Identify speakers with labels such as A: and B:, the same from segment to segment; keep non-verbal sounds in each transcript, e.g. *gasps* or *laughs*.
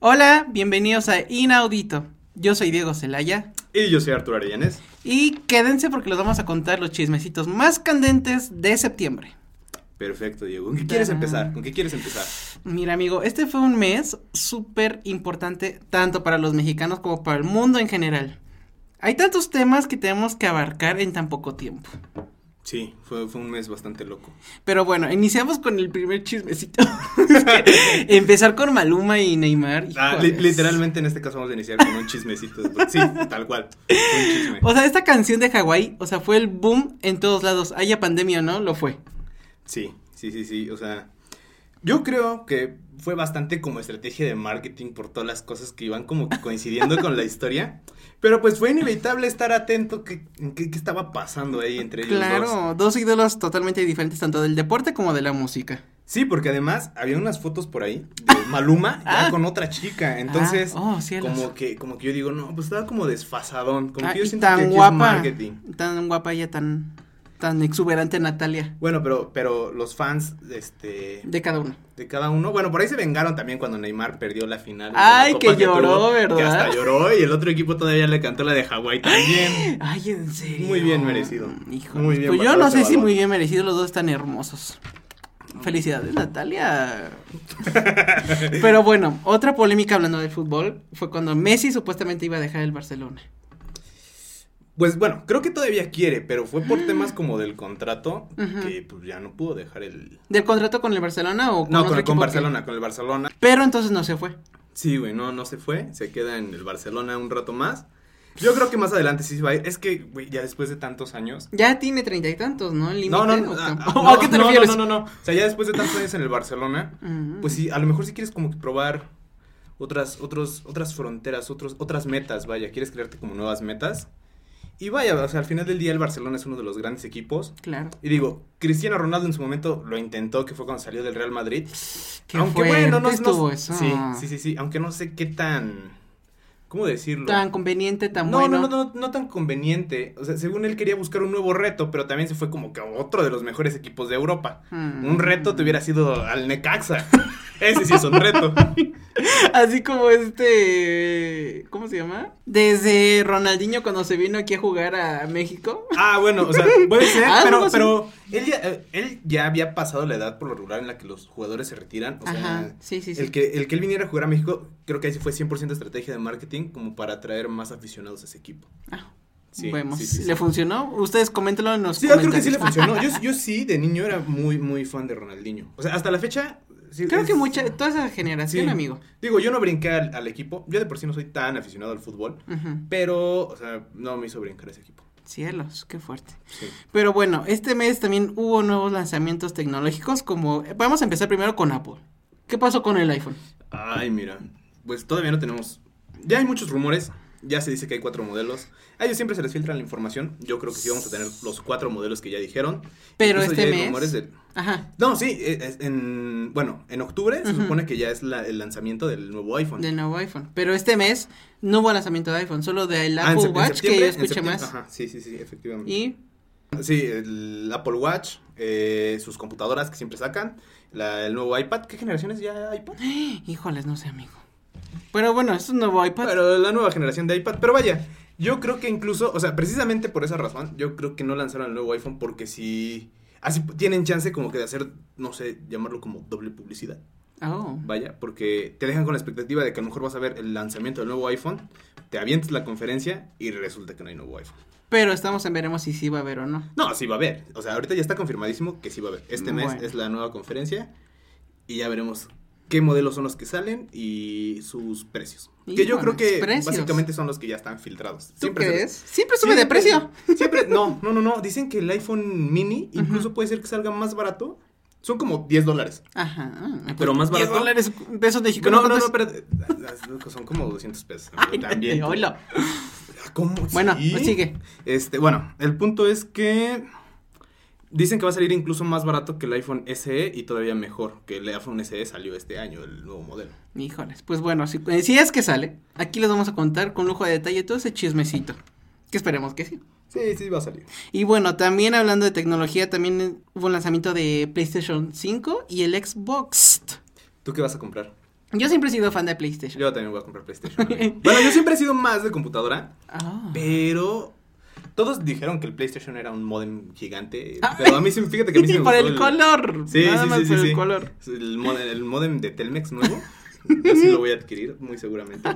A: Hola, bienvenidos a Inaudito. Yo soy Diego Celaya
B: Y yo soy Arturo Arellanes.
A: y quédense porque les vamos a contar los chismecitos más candentes de septiembre.
B: Perfecto, Diego. ¿Con qué quieres
A: Tarán.
B: empezar? ¿Con qué quieres empezar?
A: Mira amigo, este fue un mes súper importante tanto para los mexicanos como para el mundo en general. Hay tantos temas que tenemos que abarcar en tan poco tiempo.
B: Sí, fue, fue un mes bastante loco.
A: Pero bueno, iniciamos con el primer chismecito. *laughs* Es
B: *laughs*
A: que empezar con Maluma y Neymar.
B: Ah,
A: híjoles.
B: li- literalmente en este caso vamos a iniciar con un chismecito. Sí, tal cual. fue Un chisme.
A: O sea, esta canción de Hawái, o sea, fue el boom en todos lados. Haya pandemia o no, lo fue.
B: Sí, sí, sí, sí. O sea, yo creo que fue bastante como estrategia de marketing por todas las cosas que iban como que coincidiendo con la historia. Pero pues fue inevitable estar atento que, que, que estaba pasando ahí entre ellos dos.
A: Claro, dos ídolos totalmente diferentes, tanto del deporte como de la música.
B: Sí, porque además había unas fotos por ahí de Maluma ya con otra chica. Entonces,
A: Ah, oh, cielos.
B: como que como que yo digo, no, pues estaba como desfasadón, como
A: Ah,
B: que yo
A: y
B: siento que
A: tan
B: aquí es
A: guapa,
B: marketing.
A: tan guapa ella, tan, tan exuberante Natalia,
B: Bueno, pero pero los fans este
A: de cada uno.
B: de cada uno, bueno, por ahí se vengaron también cuando Neymar perdió la final. de
A: Ay,
B: la Copa
A: que lloró,
B: tuvo, Que
A: ¿verdad?
B: hasta lloró y el otro equipo todavía le cantó la de
A: *laughs*
B: Hawái también.
A: Ay, en serio.
B: Muy bien merecido.
A: Híjole,
B: Muy bien
A: pues yo
B: guardado
A: no
B: ese
A: sé si
B: balón.
A: muy bien merecido, los dos están hermosos. Felicidades,
B: *laughs*
A: Natalia. Pero bueno, otra polémica hablando del fútbol fue cuando Messi supuestamente iba a dejar el Barcelona.
B: Pues bueno, creo que todavía quiere, pero fue por
A: *gasps*
B: temas como del contrato
A: Ujú.
B: que pues ya no pudo dejar el
A: ¿Del contrato con el Barcelona o con
B: No,
A: otro
B: con,
A: equipo
B: con
A: que-
B: Barcelona, con el Barcelona.
A: Pero entonces no se fue.
B: Sí, güey, no, no se fue. Se queda en el Barcelona un rato más. Yo creo que más adelante sí se va a ir. Es que, güey, ya después de tantos años.
A: Ya tiene treinta y tantos, ¿no? ¿El
B: No, no,
A: límite
B: no.
A: o
B: ah, ah,
A: tampoco?
B: no,
A: ¿A qué te
B: no,
A: refieres?
B: No, no, no, no. O sea, ya después de tantos años en el Barcelona,
A: Mm.
B: pues sí, a lo mejor si quieres como que probar otras, otros, otras fronteras, otros, otras metas, vaya. Quieres crearte como nuevas metas. Y vaya, o sea, al final del día el Barcelona es uno de los grandes equipos.
A: Claro.
B: Y digo, Cristiano Ronaldo en su momento lo intentó, que fue cuando salió del Real Madrid.
A: Qué fuerte estuvo eso.
B: Sí, sí, sí, sí, aunque no sé qué tan, ¿cómo decirlo?
A: Tan conveniente, tan
B: no,
A: bueno.
B: no, no, no, no tan conveniente. O sea, según él quería buscar un nuevo reto, pero también se fue como que a otro de los mejores equipos de Europa.
A: Mm.
B: Un reto te hubiera sido al Necaxa. *laughs* Ese sí es un reto.
A: *laughs* Así como este. ¿Cómo se llama? Desde Ronaldinho cuando se vino aquí a jugar a México.
B: Ah, bueno, o sea, puede ser,
A: Ah,
B: pero,
A: no, sí.
B: pero él, ya, eh, él ya había pasado la edad por lo regular en la que los jugadores se retiran. O sea,
A: Ajá. Sí, sí, sí.
B: El que, el que él viniera a jugar a México, creo que ahí sí fue 100% estrategia de marketing como para atraer más aficionados a ese equipo.
A: Ah,
B: Sí,
A: Vemos.
B: sí, sí, sí.
A: ¿Le funcionó? Ustedes coméntenlo en los
B: Sí, yo creo que sí le
A: comentarios.
B: funcionó. Yo, yo sí, de niño era muy, muy fan de Ronaldinho. O sea, hasta la fecha. sí,
A: Creo
B: es-
A: que mucha, toda esa generación,
B: Sí.
A: amigo.
B: Digo, yo no brinqué al, al equipo. Yo de por sí no soy tan aficionado al fútbol.
A: Ujú.
B: Pero, o sea, no me hizo brincar ese equipo.
A: Cielos, qué fuerte.
B: Sí.
A: Pero bueno, este mes también hubo nuevos lanzamientos tecnológicos como... Vamos a empezar primero con Apple. ¿Qué pasó con el iPhone?
B: Ay, mira. Pues todavía no tenemos. Ya hay muchos rumores. Ya se dice que hay cuatro modelos. A ellos siempre se les filtra la información. Yo creo que sí vamos a tener los cuatro modelos que ya dijeron.
A: Pero
B: Incluso
A: este
B: ya hay
A: mes-
B: rumores de-
A: Ajá,
B: No, sí. eh, es- En... Bueno, en octubre se
A: Ujú.
B: supone que ya es la- el lanzamiento del nuevo iPhone.
A: del nuevo iPhone. Pero este mes no hubo lanzamiento de iPhone, solo del
B: Ah, en
A: Apple
B: sep- en
A: Watch que yo
B: septiembre, en
A: escuché
B: septiembre,
A: más.
B: Ajá, sí, sí, sí, efectivamente.
A: Y
B: Sí, el Apple Watch, eh, sus computadoras que siempre sacan, la- el nuevo iPad. ¿Qué generación es ya iPad?
A: híjoles, no sé, amigo. Pero bueno, es un nuevo iPad.
B: Pero la nueva generación de iPad. Pero vaya, yo creo que incluso, o sea, precisamente por esa razón, yo creo que no lanzaron el nuevo iPhone porque si así p- tienen chance como que de hacer, no sé, llamarlo como doble publicidad.
A: Oh.
B: Vaya, porque te dejan con la expectativa de que a lo mejor vas a ver el lanzamiento del nuevo iPhone, te avientas la conferencia y resulta que no hay nuevo iPhone.
A: Pero estamos en veremos si sí va a haber o no.
B: No, sí va a haber. O sea, ahorita ya está confirmadísimo que sí va a haber. Este mes
A: Bueno.
B: es la nueva conferencia y ya veremos qué modelos son los que salen y sus precios. que yo
A: Híjoles,
B: creo que
A: precios.
B: básicamente son los que ya están filtrados.
A: ¿Tú
B: se
A: crees?
B: les-
A: Siempre sube de
B: Siempre-
A: precio.
B: Siempre, no, no, no, no. Dicen que el iPhone mini incluso puede ser que salga más barato. Son como 10 dólares.
A: Ajá.
B: Pero más
A: 10
B: barato.
A: dólares, pesos
B: No,
A: mexicanos.
B: no, no,
A: ¿cuánto es?
B: espérate. Ah, Son como 200 pesos.
A: *laughs* Ay, *laughs*
B: también.
A: hola.
B: ¿Cómo?
A: Bueno,
B: Sí.
A: pues sigue.
B: Este, bueno, el punto es que dicen que va a salir incluso más barato que el iPhone SE y todavía mejor, que el iPhone SE salió este año, el nuevo modelo.
A: Híjoles, pues bueno, si, eh, si es que sale, aquí les vamos a contar con lujo de detalle todo ese chismecito. Que esperemos que sí.
B: Sí, sí, va a salir.
A: Y bueno, también hablando de tecnología, también eh, hubo un lanzamiento de PlayStation 5 y el Xbox.
B: ¿Tú qué vas a comprar?
A: Yo siempre he sido fan de PlayStation.
B: Yo también voy a comprar PlayStation. amigo. *laughs* bueno, yo siempre he sido más de computadora,
A: Ah.
B: pero todos dijeron que el PlayStation era un modem gigante,
A: Ah.
B: pero a mí sí, fíjate *laughs* que a mí
A: *laughs*
B: sí me
A: por
B: gustó
A: el, color.
B: Sí,
A: Nada
B: sí,
A: más
B: sí,
A: por
B: sí,
A: el
B: sí.
A: color.
B: El modem, el modem de
A: *laughs*
B: Telmex nuevo. Yo sí lo voy a adquirir, muy seguramente.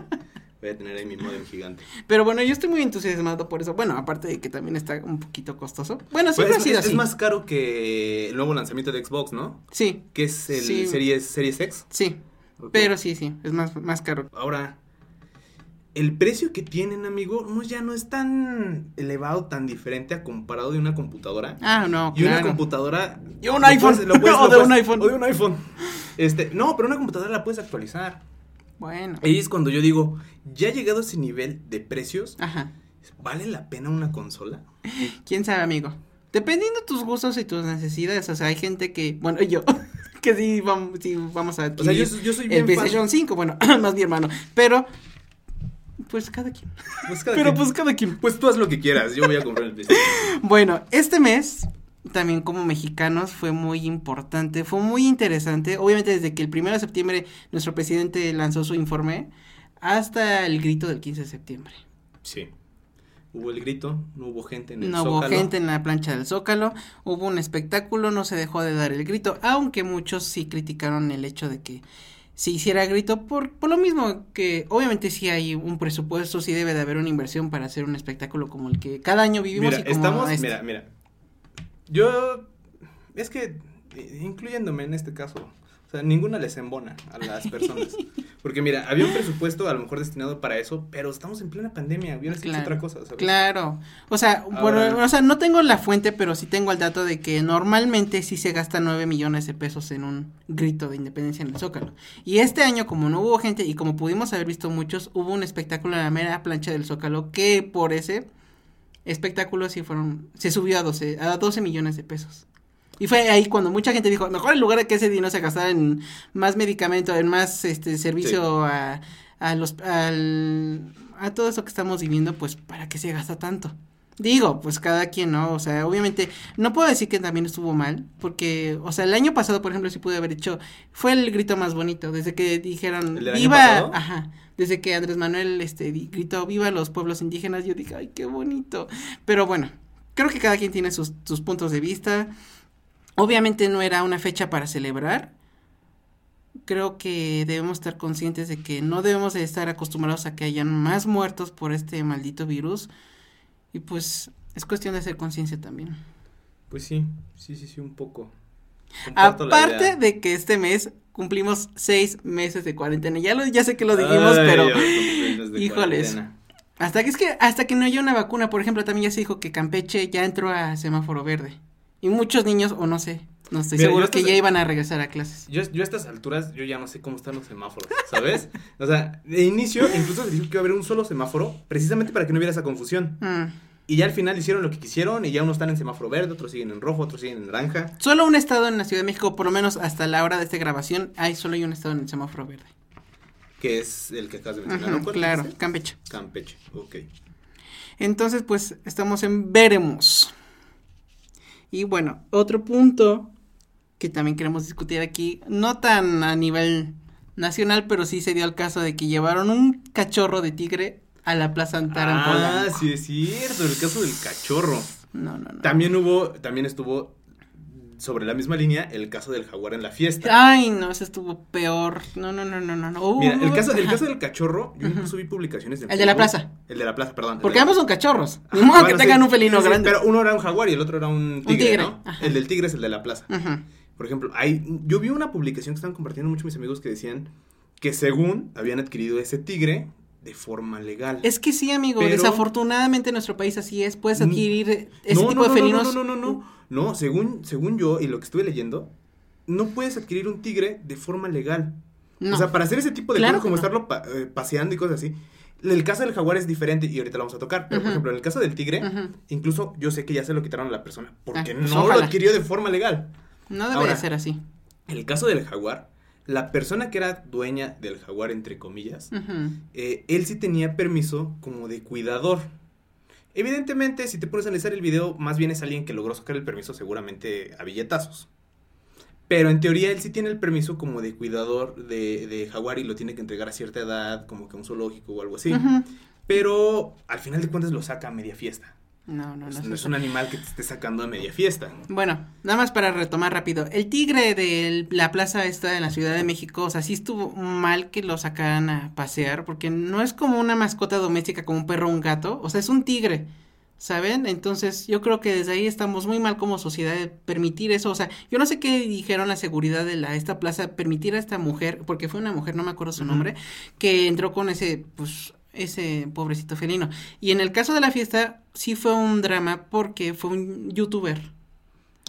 B: Voy a tener ahí mi modem gigante.
A: Pero bueno, yo estoy muy entusiasmado por eso. Bueno, aparte de que también está un poquito costoso. Bueno,
B: Pues
A: siempre
B: es,
A: ha sido
B: es-
A: así.
B: es más caro que el nuevo lanzamiento de Xbox, ¿no?
A: Sí,
B: Que es el
A: Sí.
B: Series, series X.
A: sí.
B: Ok.
A: Pero sí, sí, es más, más caro.
B: Ahora, el precio que tienen, amigo, no, ya no es tan elevado, tan diferente a comparado de una computadora.
A: Ah, no,
B: y una
A: claro.
B: computadora.
A: Y un
B: lo
A: iPhone.
B: lo
A: *laughs* O de
B: lo
A: un iPhone.
B: O de un iPhone. Este, no, pero una computadora la puedes actualizar.
A: Bueno.
B: Ahí es cuando yo digo, ya llegado a ese nivel de precios,
A: Ajá.
B: ¿vale la pena una consola?
A: ¿Quién sabe, amigo? Dependiendo de tus gustos y tus necesidades, o sea, hay gente que, bueno, *laughs* yo, que sí vamos, sí vamos a
B: O sea,
A: adquirir
B: yo, yo soy
A: el
B: bien
A: PlayStation
B: fan.
A: 5, bueno, *clears throat* más mi hermano, pero, pues cada quien,
B: Pues cada
A: pero
B: quien-
A: pues cada quien.
B: pues tú haz lo que quieras, yo voy a comprar el PlayStation.
A: Bueno, este mes, también como mexicanos, fue muy importante, fue muy interesante, obviamente desde que el primero de septiembre nuestro presidente lanzó su informe, hasta el grito del 15 de septiembre.
B: Sí. Hubo el grito, no hubo gente en el
A: No hubo
B: Zócalo.
A: gente en la plancha del Zócalo, hubo un espectáculo, no se dejó de dar el grito, aunque muchos sí criticaron el hecho de que se hiciera grito por, por lo mismo que obviamente sí hay un presupuesto, sí debe de haber una inversión para hacer un espectáculo como el que cada año vivimos
B: Mira,
A: y como
B: estamos,
A: este.
B: mira, mira. Yo, es que, eh, incluyéndome en este caso, o sea, ninguna les embona a las personas. Porque mira, había un presupuesto a lo mejor destinado para eso, pero estamos en plena pandemia, hubieras hecho
A: Claro,
B: otra cosa, ¿sabes?
A: Claro, o sea,
B: Ahora-
A: bueno, o sea, no tengo la fuente, pero sí tengo el dato de que normalmente sí se gasta 9 millones de pesos en un grito de independencia en el Zócalo. Y este año, como no hubo gente y como pudimos haber visto muchos, hubo un espectáculo en la mera plancha del Zócalo que por ese espectáculo sí fueron, se subió a 12, a 12 millones de pesos. Y fue ahí cuando mucha gente dijo, mejor en lugar de que ese dinero se gastara en más medicamento, en más este servicio a, a los al, a todo eso que estamos viviendo, pues para qué se gasta tanto. Digo, pues cada quien, ¿no? O sea, obviamente, no puedo decir que también estuvo mal, porque, o sea, el año pasado, por ejemplo, sí pude haber hecho, fue el grito más bonito, desde que dijeron,
B: ¿El del año
A: viva,
B: pasado?
A: ajá, desde que Andrés Manuel, este, di- gritó, viva los pueblos indígenas, yo dije, ay, qué bonito, pero bueno, creo que cada quien tiene sus, sus puntos de vista. Obviamente no era una fecha para celebrar. Creo que debemos estar conscientes de que no debemos de estar acostumbrados a que hayan más muertos por este maldito virus. Y pues es cuestión de hacer conciencia también.
B: Pues sí, sí, sí, sí, un poco. Comparto la idea.
A: Aparte de que este mes cumplimos seis meses de cuarentena. Ya, lo, ya sé que lo dijimos,
B: Ay,
A: pero...
B: ya, cumpleaños de
A: híjoles.
B: cuarentena.
A: Hasta que es que hasta que no haya una vacuna, por ejemplo, también ya se dijo que Campeche ya entró a semáforo verde. Y muchos niños, o no sé, no estoy
B: Mira, yo
A: seguro
B: hasta
A: que
B: se-
A: ya iban a regresar a clases.
B: Yo, yo a estas alturas, yo ya no sé cómo están los semáforos, ¿sabes? O sea, de inicio, incluso se dijo que iba a haber un solo semáforo, precisamente para que no hubiera esa confusión.
A: Mm.
B: Y ya al final hicieron lo que quisieron, y ya unos están en semáforo verde, otros siguen en rojo, otros siguen en naranja.
A: Solo un estado en la Ciudad de México, por lo menos hasta la hora de esta grabación, hay solo hay un estado en el semáforo verde.
B: Que es el que acabas de mencionar.
A: Ujú,
B: ¿no? ¿Cuál
A: claro,
B: dijiste?
A: Campeche.
B: Campeche, ok.
A: Entonces, pues estamos en veremos. Y bueno, otro punto que también queremos discutir aquí, no tan a nivel nacional, pero sí se dio el caso de que llevaron un cachorro de tigre a la Plaza Antara en
B: Ah,
A: Polanco.
B: sí es cierto, el caso del cachorro.
A: No, no, no.
B: También hubo, también estuvo sobre la misma línea el caso del jaguar en la fiesta.
A: Ay, no, ese estuvo peor. No, no, no, no, no. no. Uh,
B: Mira, el caso, el
A: ajá.
B: caso del cachorro, yo incluso vi publicaciones en
A: El de la
B: Facebook.
A: plaza.
B: El de la plaza, perdón. el
A: Porque
B: de la-
A: ambos son cachorros. Ni modo que
B: Bueno, sí,
A: tengan un felino
B: sí, sí,
A: grande.
B: Pero uno era un jaguar y el otro era un tigre,
A: tigre,
B: ¿no?
A: ajá.
B: El del tigre es el de la plaza.
A: Ujú.
B: Por ejemplo, hay, yo vi una publicación que estaban compartiendo mucho mis amigos que decían que según habían adquirido ese tigre de forma legal.
A: Es que sí, amigo.
B: Pero-
A: Desafortunadamente en nuestro país así es. Puedes
B: Mm.
A: adquirir ese
B: no,
A: tipo
B: no,
A: de
B: no,
A: felinos.
B: No, no, no, no, no. No, según, según yo y lo que estuve leyendo, no puedes adquirir un tigre de forma legal.
A: No.
B: O sea, para hacer ese tipo de
A: Claro
B: cosas, como
A: que
B: estarlo pa- eh, paseando y cosas así. El caso del jaguar es diferente y ahorita lo vamos a tocar. Pero, por
A: Ujú.
B: ejemplo, en el caso del tigre,
A: Ujú.
B: incluso yo sé que ya se lo quitaron a la persona porque
A: Ah, pues
B: no lo
A: ojalá.
B: adquirió de forma legal.
A: No debe
B: Ahora.
A: de ser así.
B: El caso del jaguar, la persona que era dueña del jaguar, entre comillas,
A: Ujú.
B: eh, él sí tenía permiso como de cuidador. Evidentemente, si te pones a analizar el video, más bien es alguien que logró sacar el permiso seguramente a billetazos. Pero en teoría él sí tiene el permiso como de cuidador de, de jaguar y lo tiene que entregar a cierta edad, como que a un zoológico o algo así.
A: Ujú.
B: Pero al final de cuentas lo saca a media fiesta.
A: No, no, no.
B: O sea,
A: es
B: no es
A: eso.
B: un animal que te esté sacando a media fiesta.
A: Bueno, nada más para retomar rápido. El tigre de la plaza esta de la Ciudad de México, o sea, sí estuvo mal que lo sacaran a pasear, porque no es como una mascota doméstica, como un perro o un gato, o sea, es un tigre, ¿saben? Entonces, yo creo que desde ahí estamos muy mal como sociedad de permitir eso, o sea, yo no sé qué dijeron la seguridad de la, esta plaza, permitir a esta mujer, porque fue una mujer, no me acuerdo su
B: Ujú.
A: nombre, que entró con ese, pues, ese pobrecito felino. Y en el caso de la fiesta, sí fue un drama porque fue un youtuber.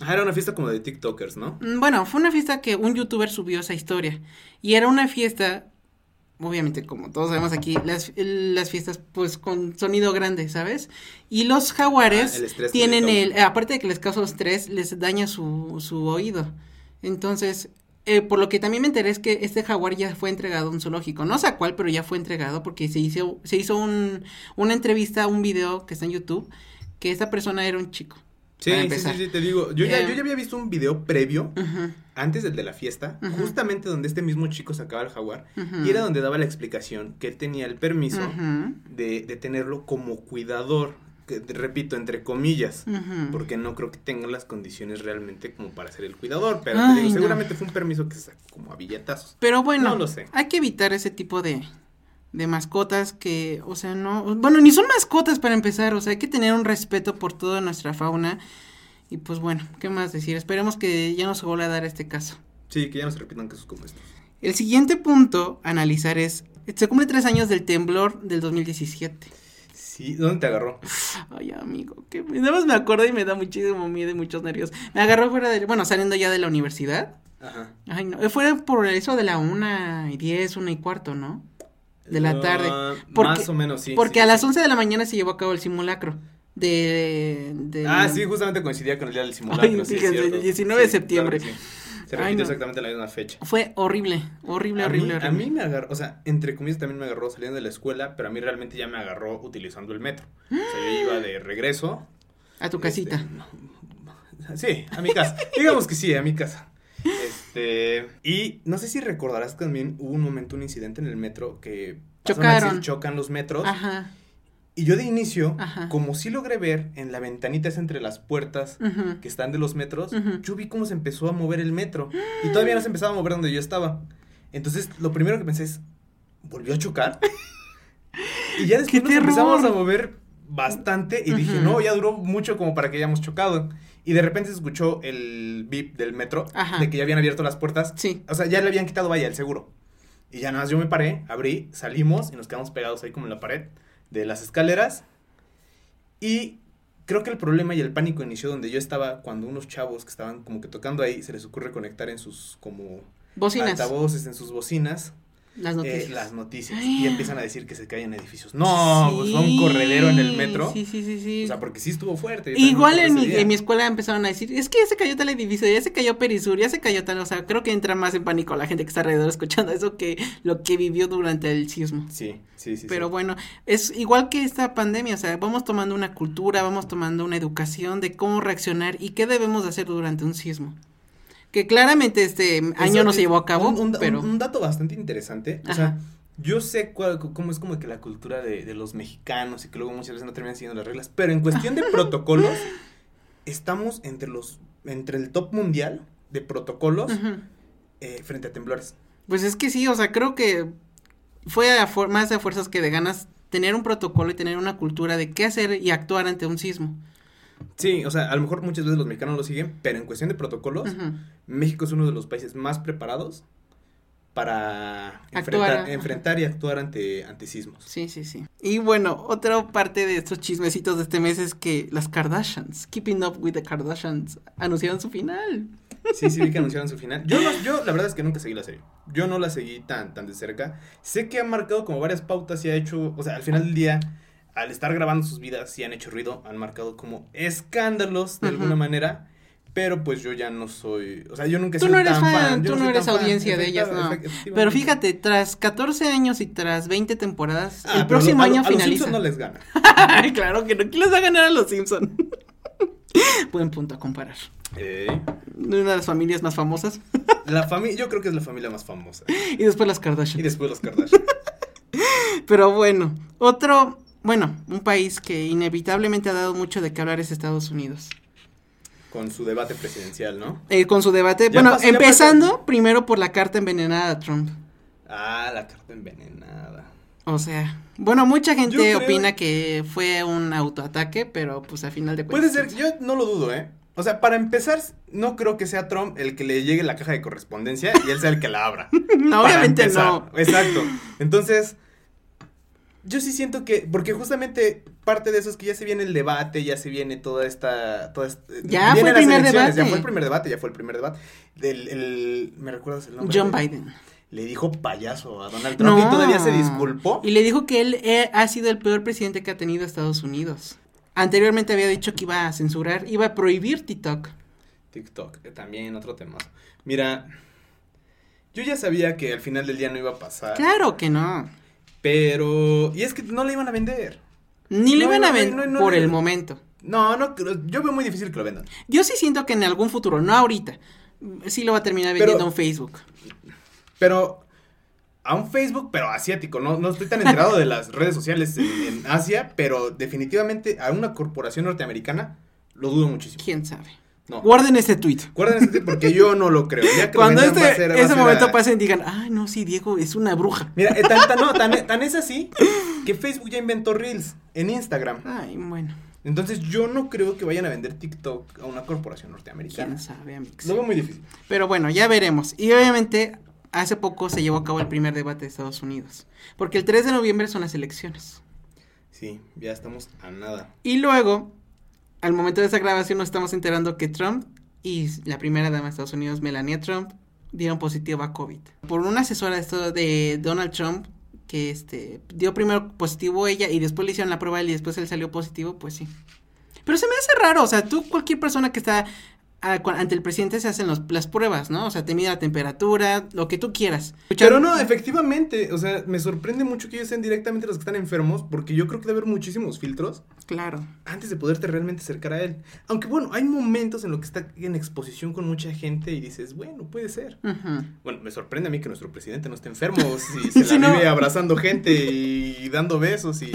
B: Ah, era una fiesta como de TikTokers, ¿no?
A: Mm, Bueno, fue una fiesta que un youtuber subió esa historia. Y era una fiesta, obviamente, como todos sabemos aquí, las, el- las fiestas, pues, con sonido grande, ¿sabes? Y los jaguares
B: Ah, el estrés que
A: tienen
B: les
A: el. Aparte de que les causa estrés, les daña su, su oído. Entonces. eh, por lo que también me enteré es que este jaguar ya fue entregado a un zoológico, no sé a cuál, pero ya fue entregado porque se hizo, se hizo un, una entrevista, un video que está en YouTube, que esta persona era un chico.
B: Sí,
A: Para
B: sí, sí,
A: empezar.
B: sí, te digo. Yo ya,
A: Eh.
B: yo ya había visto un video previo,
A: Ujú,
B: antes del de la fiesta,
A: Ujú.
B: justamente donde este mismo chico sacaba el jaguar.
A: ujú,
B: Y era donde daba la explicación que él tenía el permiso
A: ujú,
B: de, de tenerlo como cuidador, que, te repito, entre comillas,
A: ujú.
B: porque no creo que tengan las condiciones realmente como para ser el cuidador, pero te
A: Ay,
B: digo,
A: no.
B: seguramente fue un permiso que se sacó como a billetazos.
A: Pero bueno,
B: No lo sé.
A: hay que evitar ese tipo de, de mascotas que, o sea, no, bueno, ni son mascotas para empezar, o sea, hay que tener un respeto por toda nuestra fauna. Y pues bueno, ¿qué más decir? Esperemos que ya no se vuelva a dar este caso.
B: Sí, que ya no se repitan casos como estos.
A: El siguiente punto a analizar es, se cumple tres años del temblor del 2017.
B: Sí, ¿dónde te agarró?
A: Ay, amigo, que me- nada más me acuerdo y me da muchísimo miedo y muchos nervios. Me agarró fuera de, bueno, saliendo ya de la universidad.
B: Ajá.
A: Ay, no, eh, fue por eso de la una y diez, una y cuarto, ¿no? De la tarde.
B: Ah,
A: Porque-
B: más o menos, sí.
A: Porque
B: sí,
A: a las
B: sí.
A: 11 de la mañana se llevó a cabo el simulacro de... de-
B: Ah, sí, justamente coincidía con el día del simulacro.
A: Eh, Ay,
B: sí, es
A: fíjense,
B: cierto.
A: el 19 de
B: Sí, claro
A: septiembre.
B: que sí. Se
A: Ay,
B: repite
A: no.
B: exactamente la misma fecha.
A: Fue horrible, horrible,
B: A mí,
A: horrible,
B: a
A: horrible.
B: mí me agarró, o sea, entre comillas también me agarró saliendo de la escuela, pero a mí realmente ya me agarró utilizando el metro. O sea, yo iba de regreso.
A: A tu
B: este,
A: casita.
B: sí, a mi
A: *laughs*
B: casa. Digamos que sí, a mi casa. Este, y no sé si recordarás que también hubo un momento, un incidente en el metro que pasó un
A: Chocaron.
B: accidente, chocan los metros.
A: Ajá.
B: Y yo de inicio,
A: Ajá.
B: como sí logré ver en la ventanita esa entre las puertas
A: ujú.
B: que están de los metros,
A: Ujú.
B: yo vi cómo se empezó a mover el metro. Y todavía no se empezaba a mover donde yo estaba. Entonces, lo primero que pensé es, ¿volvió a chocar? y
A: *laughs*
B: ya
A: ¡Qué
B: después nos
A: terror!
B: empezamos a mover bastante y dije,
A: Ujú.
B: no, ya duró mucho como para que hayamos chocado. Y de repente se escuchó el beep del metro,
A: Ajá.
B: de que ya habían abierto las puertas.
A: Sí.
B: O sea, ya le habían quitado, vaya, el seguro. Y ya nada más yo me paré, abrí, salimos y nos quedamos pegados ahí como en la pared de las escaleras. Y creo que el problema y el pánico inició donde yo estaba cuando unos chavos que estaban como que tocando ahí se les ocurre conectar en sus como
A: Bocinas.
B: altavoces, en sus bocinas,
A: Las
B: eh,
A: noticias.
B: las noticias. Y empiezan a decir que se caen edificios. No, pues fue un
A: Sí,
B: corredero en el metro.
A: Sí, sí, sí, sí.
B: O sea, porque sí estuvo fuerte. yo también me
A: Igual
B: acuerdo
A: en mi,
B: ese día.
A: en mi escuela empezaron a decir, es que ya se cayó tal edificio, ya se cayó Perisur, ya se cayó tal, o sea, creo que entra más en pánico la gente que está alrededor escuchando eso que lo que vivió durante el sismo.
B: Sí, sí, sí.
A: Pero
B: sí.
A: bueno, es igual que esta pandemia, o sea, vamos tomando una cultura, vamos tomando una educación de cómo reaccionar y qué debemos de hacer durante un sismo. Que claramente este año
B: Eso
A: no se
B: es
A: llevó a cabo,
B: un- un,
A: pero...
B: un- un dato bastante interesante. O
A: Ajá.
B: sea, yo sé cuál- c- cómo es como que la cultura de, de los mexicanos y que luego muchas veces no terminan siguiendo las reglas. Pero en cuestión
A: *laughs*
B: de protocolos, estamos entre los entre el top mundial de protocolos
A: Ujú.
B: eh, frente a temblores.
A: Pues es que sí, o sea, creo que fue a fuer- más a fuerzas que de ganas tener un protocolo y tener una cultura de qué hacer y actuar ante un sismo.
B: Sí, o sea, a lo mejor muchas veces los mexicanos lo siguen, pero en cuestión de protocolos,
A: Ujú.
B: México es uno de los países más preparados para
A: Actuar,
B: enfrentar,
A: ajá.
B: enfrentar y actuar ante, ante sismos.
A: Sí, sí, sí. Y bueno, otra parte de estos chismecitos de este mes es que las Kardashians, Keeping Up with the Kardashians, anunciaron su final.
B: Sí, sí, vi que anunciaron su final. Yo, no- yo la verdad es que nunca seguí la serie. Yo no la seguí tan, tan de cerca. Sé que ha marcado como varias pautas y ha hecho, o sea, al final del día, al estar grabando sus vidas, sí han hecho ruido, han marcado como escándalos de
A: Ujú.
B: alguna manera. Pero pues yo ya no soy, o sea, yo nunca he
A: Tú
B: sido
A: no eres
B: tan
A: fan,
B: fan. yo
A: tú no
B: soy
A: eres
B: tan fan.
A: audiencia de ellas,
B: Efecta-
A: no.
B: efect- efectivamente.
A: Pero fíjate, tras 14 años y tras 20 temporadas,
B: Ah,
A: el
B: pero
A: próximo
B: a lo-
A: año
B: a los
A: finaliza. *laughs*
B: Simpson no les gana. *laughs*
A: Ay, claro que no. ¿Quién les va a ganar a los Simpson? Buen punto a comparar.
B: Eh,
A: de una de las familias más famosas.
B: la familia, yo creo que es la familia más famosa.
A: Y después las
B: Y
A: Kardashian.
B: después los Kardashian.
A: Pero bueno, otro, bueno, un país que inevitablemente ha dado mucho de qué hablar es Estados Unidos.
B: Con su debate presidencial, ¿no?
A: Eh, con su debate,
B: Ya
A: bueno,
B: pas- ya
A: empezando primero por la carta envenenada a Trump.
B: Ah, la carta envenenada.
A: O sea, bueno, mucha gente
B: Yo creo-
A: opina que fue un autoataque, pero pues a final de
B: Puede
A: cuentas.
B: ser, yo no lo dudo, ¿eh? O sea, para empezar, no creo que sea Trump el que le llegue la caja de correspondencia y él sea el que la abra.
A: *laughs* No,
B: para
A: obviamente
B: empezar.
A: no.
B: Exacto. Entonces, yo sí siento que, porque justamente parte de eso es que ya se viene el debate, ya se viene toda esta... Toda esta-
A: Ya
B: vienen
A: fue el
B: las
A: primer
B: elecciones, Ya
A: debate.
B: fue el primer debate, ya fue el primer debate. Del- el- ¿Me recuerdas el nombre?
A: John
B: Le-
A: Biden.
B: Le dijo payaso a Donald Trump y todavía se disculpó.
A: Y le dijo que él eh, ha sido el peor presidente que ha tenido Estados Unidos. Anteriormente había dicho que iba a censurar, iba a prohibir TikTok.
B: TikTok, eh, también otro tema. Mira, yo ya sabía que al final del día no iba a pasar.
A: Claro que no.
B: Pero... Y es que no le iban a vender.
A: Ni lo
B: No,
A: iban a
B: no,
A: vender
B: no, no,
A: por
B: no.
A: el momento.
B: No, no, creo- yo veo muy difícil que lo vendan.
A: Yo sí siento que en algún futuro, no ahorita, sí lo va a terminar
B: Pero-
A: vendiendo en Facebook.
B: Pero a un Facebook, pero asiático. No, no estoy tan enterado de las redes sociales en, en Asia, pero definitivamente a una corporación norteamericana lo dudo muchísimo.
A: ¿Quién sabe?
B: No.
A: Guarden este tweet.
B: Guarden este porque yo no lo creo. Ya que lo
A: Cuando
B: vendan, va a
A: este,
B: ser- va a
A: ese
B: ser
A: momento
B: a-
A: pasen, digan, ay, no, sí, Diego es una bruja.
B: Mira, eh, tan, tan- no, tan, tan es así que Facebook ya inventó Reels en Instagram.
A: Ay, bueno,
B: Entonces yo no creo que vayan a vender TikTok a una corporación
A: quién
B: norteamericana.
A: sabe, amigos.
B: Lo veo muy difícil.
A: Pero bueno, ya veremos. Y obviamente, hace poco se llevó a cabo el primer debate de Estados Unidos. Porque el 3 de noviembre son las elecciones.
B: Sí, ya estamos a nada.
A: Y luego, al momento de esa grabación, nos estamos enterando que Trump y la primera dama de Estados Unidos, Melania Trump, dieron positivo a COVID. Por una asesora de, esto- de Donald Trump, que este, dio primero positivo ella y después le hicieron la prueba a él y después él salió positivo, pues sí. Pero se me hace raro, o sea, tú, cualquier persona que está ah, cu- ante el presidente se hacen los- las pruebas, ¿no? O sea, te mide la temperatura, lo que tú quieras.
B: Pero no, efectivamente, o sea, me sorprende mucho que ellos sean directamente los que están enfermos, porque yo creo que debe haber muchísimos filtros
A: Claro.
B: antes de poderte realmente acercar a él. Aunque bueno, hay momentos en los que está en exposición con mucha gente y dices, bueno, puede ser.
A: Ujú.
B: Bueno, me sorprende a mí que nuestro presidente no esté enfermo, si se la
A: Sí, no.
B: vive abrazando gente y dando besos y...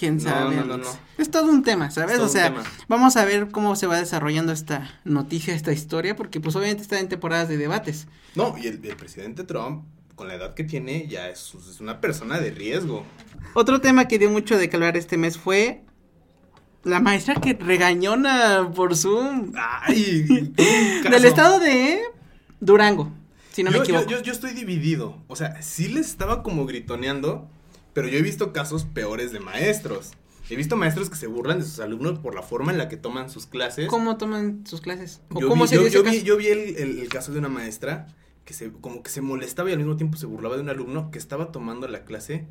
A: ¿Quién
B: No,
A: sabe?
B: no, no,
A: Alex?
B: no.
A: Es todo un tema, ¿sabes?
B: Es todo
A: O
B: un
A: sea,
B: tema.
A: vamos a ver cómo se va desarrollando esta noticia, esta historia, porque pues obviamente está en temporadas de debates.
B: No, y el, el presidente Trump, con la edad que tiene, ya es, es una persona de riesgo.
A: Otro tema que dio mucho de que hablar este mes fue la maestra que regañona por Zoom
B: Ay, un
A: *laughs*
B: caso.
A: del estado de Durango, si no me
B: yo, yo-
A: equivoco.
B: yo- yo estoy dividido. O sea, sí les estaba como gritoneando, pero yo he visto casos peores de maestros. He visto maestros que se burlan de sus alumnos por la forma en la que toman sus clases.
A: ¿Cómo toman sus clases? ¿O
B: Yo
A: cómo
B: vi,
A: se
B: yo-
A: dio ese
B: yo vi-
A: caso?
B: yo vi el, el- el caso de una maestra que se, como que se molestaba y al mismo tiempo se burlaba de un alumno que estaba tomando la clase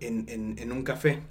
B: en, en- en
A: *gasps*
B: un café.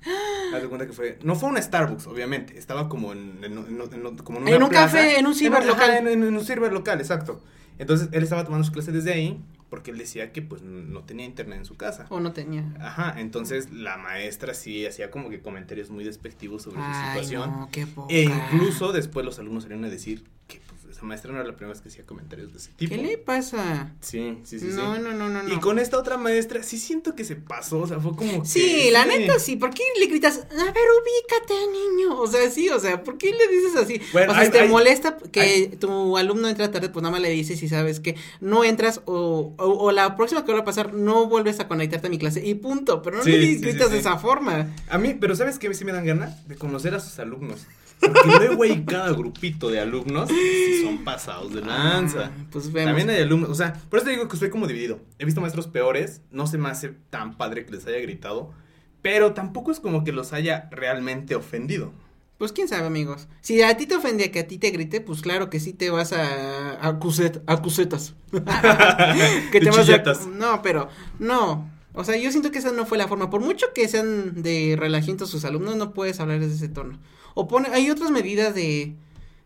B: Haz de cuenta que fue, no fue una Starbucks, obviamente, estaba como en, en- en- en- como
A: En
B: una
A: un café, en un
B: ajá,
A: ciber local.
B: En, en un ciber local, exacto. Entonces, él estaba tomando su clase desde ahí porque él decía que pues no tenía internet en su casa.
A: ¿O no tenía?
B: Ajá, entonces la maestra sí hacía como que comentarios muy despectivos sobre su
A: Ay,
B: situación.
A: no, qué poca.
B: E incluso después los alumnos salieron a decir que pues, esa maestra no era la primera vez que hacía comentarios de ese tipo.
A: ¿Qué le pasa?
B: Sí, sí, sí. sí.
A: No, no, no, no, no.
B: Y con esta otra maestra sí siento que se pasó, o sea, fue como que-
A: Sí, la neta sí. ¿Por qué le gritas, a ver, ubícate, niño? O sea, sí, o sea, ¿por qué le dices así?
B: Bueno,
A: o sea,
B: hay-
A: si te
B: hay-
A: molesta que
B: hay-
A: tu alumno entra tarde, pues nada más le dices y sabes que no entras o, o, o la próxima que vuelva a pasar no vuelves a conectarte a mi clase y punto. Pero no
B: Sí,
A: le
B: sí, sí,
A: gritas de
B: sí.
A: esa forma.
B: A mí, pero ¿sabes qué? Sí me dan ganas de conocer a sus alumnos. Porque luego hay cada grupito de alumnos que sí son pasados de lanza.
A: Ah, pues vemos.
B: También hay alumnos, o sea, por eso te digo que estoy como dividido. He visto maestros peores, no se me hace tan padre que les haya gritado, pero tampoco es como que los haya realmente ofendido.
A: Pues quién sabe, amigos. Si a ti te ofende que a ti te grite, pues claro que sí te vas a acuset,
B: *laughs*
A: acusetas. que
B: De
A: te vas a,
B: chilletas.
A: No, pero no. O sea, yo siento que esa no fue la forma. Por mucho que sean de relajiento sus alumnos, no puedes hablar de ese tono. O pone, hay otras medidas de,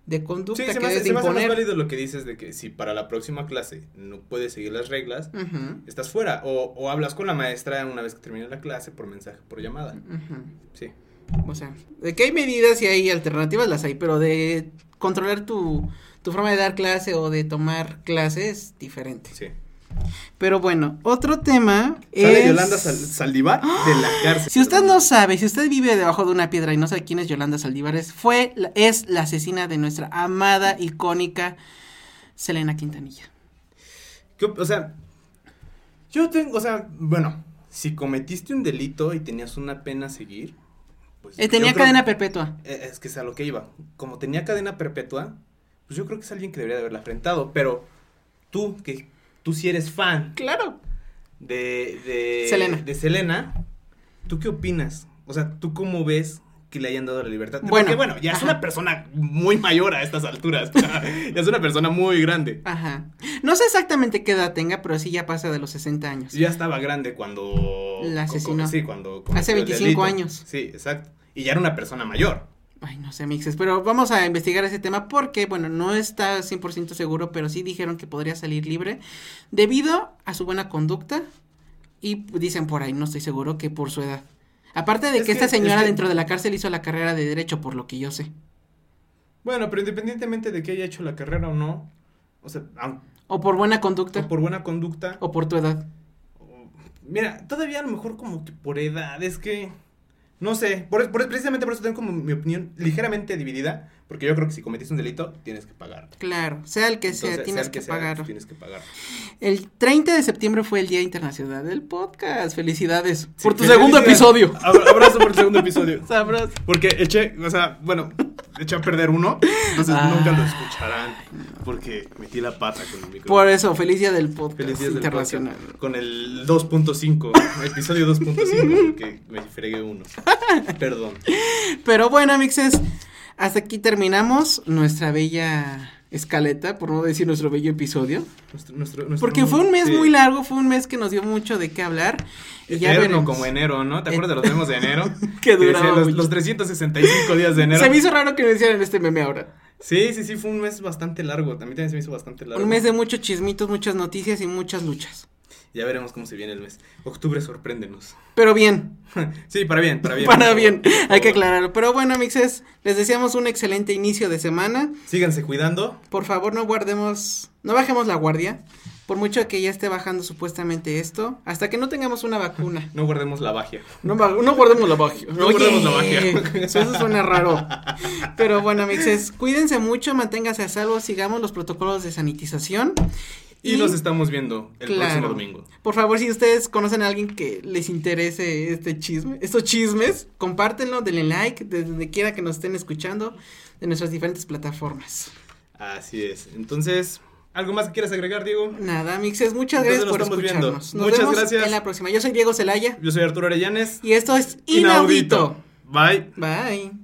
A: de conducta
B: Sí, se
A: que
B: me, hace,
A: debes de
B: se me hace más
A: imponer.
B: válido lo que dices de que si para la próxima clase no puedes seguir las reglas,
A: Ujú,
B: estás fuera. O, o hablas con la maestra una vez que termine la clase por mensaje, por llamada.
A: ujú.
B: Sí.
A: O sea, de que hay medidas y hay alternativas, las hay, pero de controlar tu, tu forma de dar clase o de tomar clase es diferente.
B: Sí.
A: Pero bueno, otro tema
B: Sale
A: es...
B: Yolanda Sal- Saldívar de la cárcel.
A: Si usted no sabe, si usted vive debajo de una piedra y no sabe quién es Yolanda Saldívar, es- fue, la- es la asesina de nuestra amada, icónica Selena Quintanilla.
B: ¿Qué op- o sea, yo tengo, o sea, bueno, si cometiste un delito y tenías una pena a seguir, pues.
A: Eh,
B: yo
A: tenía
B: creo-
A: cadena perpetua.
B: Eh, Es que es a lo que iba. Como tenía cadena perpetua, pues yo creo que es alguien que debería de haberla enfrentado. Pero tú, que tú si eres fan
A: Claro.
B: de, de-
A: Selena.
B: de Selena, ¿tú qué opinas? O sea, ¿tú cómo ves que le hayan dado la libertad?
A: Bueno,
B: Porque, bueno, ya es
A: ajá.
B: una persona muy mayor a estas alturas. *laughs* ya es una persona muy grande.
A: Ajá. No sé exactamente qué edad tenga, pero sí ya pasa de los 60 años.
B: Ya estaba grande cuando...
A: La
B: co- co-
A: asesinó.
B: Sí, cuando... cometió
A: Hace
B: el
A: 25
B: delito.
A: años.
B: Sí, exacto. Y ya era una persona mayor.
A: Ay, no sé, mixes. Pero vamos a investigar ese tema porque, bueno, no está 100% seguro, pero sí dijeron que podría salir libre debido a su buena conducta. Y dicen por ahí, no estoy seguro, que por su edad. Aparte de
B: Es
A: que, esta
B: que-
A: señora
B: es que-
A: dentro de la cárcel hizo la carrera de Derecho, por lo que yo sé.
B: Bueno, pero independientemente de que haya hecho la carrera o no, o sea, aun-
A: O por buena conducta.
B: o por buena conducta,
A: O por tu edad.
B: o- mira, todavía a lo mejor como que por edad, es que, no sé, por, por- precisamente por eso tengo como mi opinión ligeramente dividida, porque yo creo que si cometiste un delito, tienes que pagar.
A: Claro, sea el que sea,
B: Entonces,
A: tienes
B: sea el
A: que,
B: sea,
A: pagar.
B: Tienes que pagar.
A: El 30 de septiembre fue el Día Internacional del Podcast. Felicidades. por
B: Sí,
A: tu segundo
B: felicidades.
A: episodio.
B: *laughs* Abra- Abrazo por el segundo episodio.
A: Sabrás.
B: Porque eché, o sea, bueno, eché a perder uno, entonces
A: Ah.
B: nunca lo escucharán, porque metí la pata con el micrófono.
A: Por eso, feliz día del podcast
B: Feliz Días del
A: internacional.
B: Podcast, Con el 2.5, episodio 2.5, que me
A: *laughs*
B: fregué uno. Perdón.
A: Pero bueno, mixes, hasta aquí terminamos nuestra bella escaleta, por no decir nuestro bello episodio.
B: Nuestro- nuestro- nuestro-
A: Porque fue un mes
B: sí.
A: muy largo, fue un mes que nos dio mucho de qué hablar. Y ya
B: Eterno,
A: veremos.
B: como enero, ¿no? ¿Te
A: Eh.
B: acuerdas de los memes de enero?
A: *laughs* Que
B: decía
A: duraba
B: los,
A: mucho.
B: los 365 días de enero.
A: Se me hizo raro que me hicieran este meme ahora.
B: Sí, sí, sí, fue un mes bastante largo. También también se me hizo bastante largo.
A: Un mes de muchos chismitos, muchas noticias y muchas luchas.
B: Ya veremos cómo se viene el mes. Octubre, sorpréndenos.
A: Pero bien,
B: Sí, para bien, para bien.
A: para
B: por
A: bien,
B: favor, por
A: hay que
B: favor.
A: aclararlo. Pero bueno, mixes, les deseamos un excelente inicio de semana.
B: Síganse cuidando.
A: Por favor, no guardemos, no bajemos la guardia. Por mucho que ya esté bajando supuestamente esto, hasta que no tengamos una vacuna.
B: No guardemos la magia.
A: No, va- no guardemos la magia.
B: No guardemos la magia.
A: *laughs* Eso,
B: *laughs*
A: eso suena raro. Pero bueno, mixes, cuídense mucho, manténganse a salvo, sigamos los protocolos de sanitización.
B: Y, nos estamos viendo el
A: Claro.
B: próximo domingo.
A: Por favor, si ustedes conocen a alguien que les interese este chisme, estos chismes, compártenlo, denle like, desde donde quiera que nos estén escuchando, de nuestras diferentes plataformas.
B: Así es. Entonces, ¿algo más que quieras agregar, Diego?
A: Nada, mixes, muchas
B: Entonces
A: gracias por
B: nos estamos viendo.
A: escucharnos. Nos
B: Muchas
A: vemos
B: gracias.
A: en la próxima. Yo soy Diego Celaya
B: Yo soy Arturo Arellanes.
A: y esto es Inaudito.
B: Bye.
A: Bye.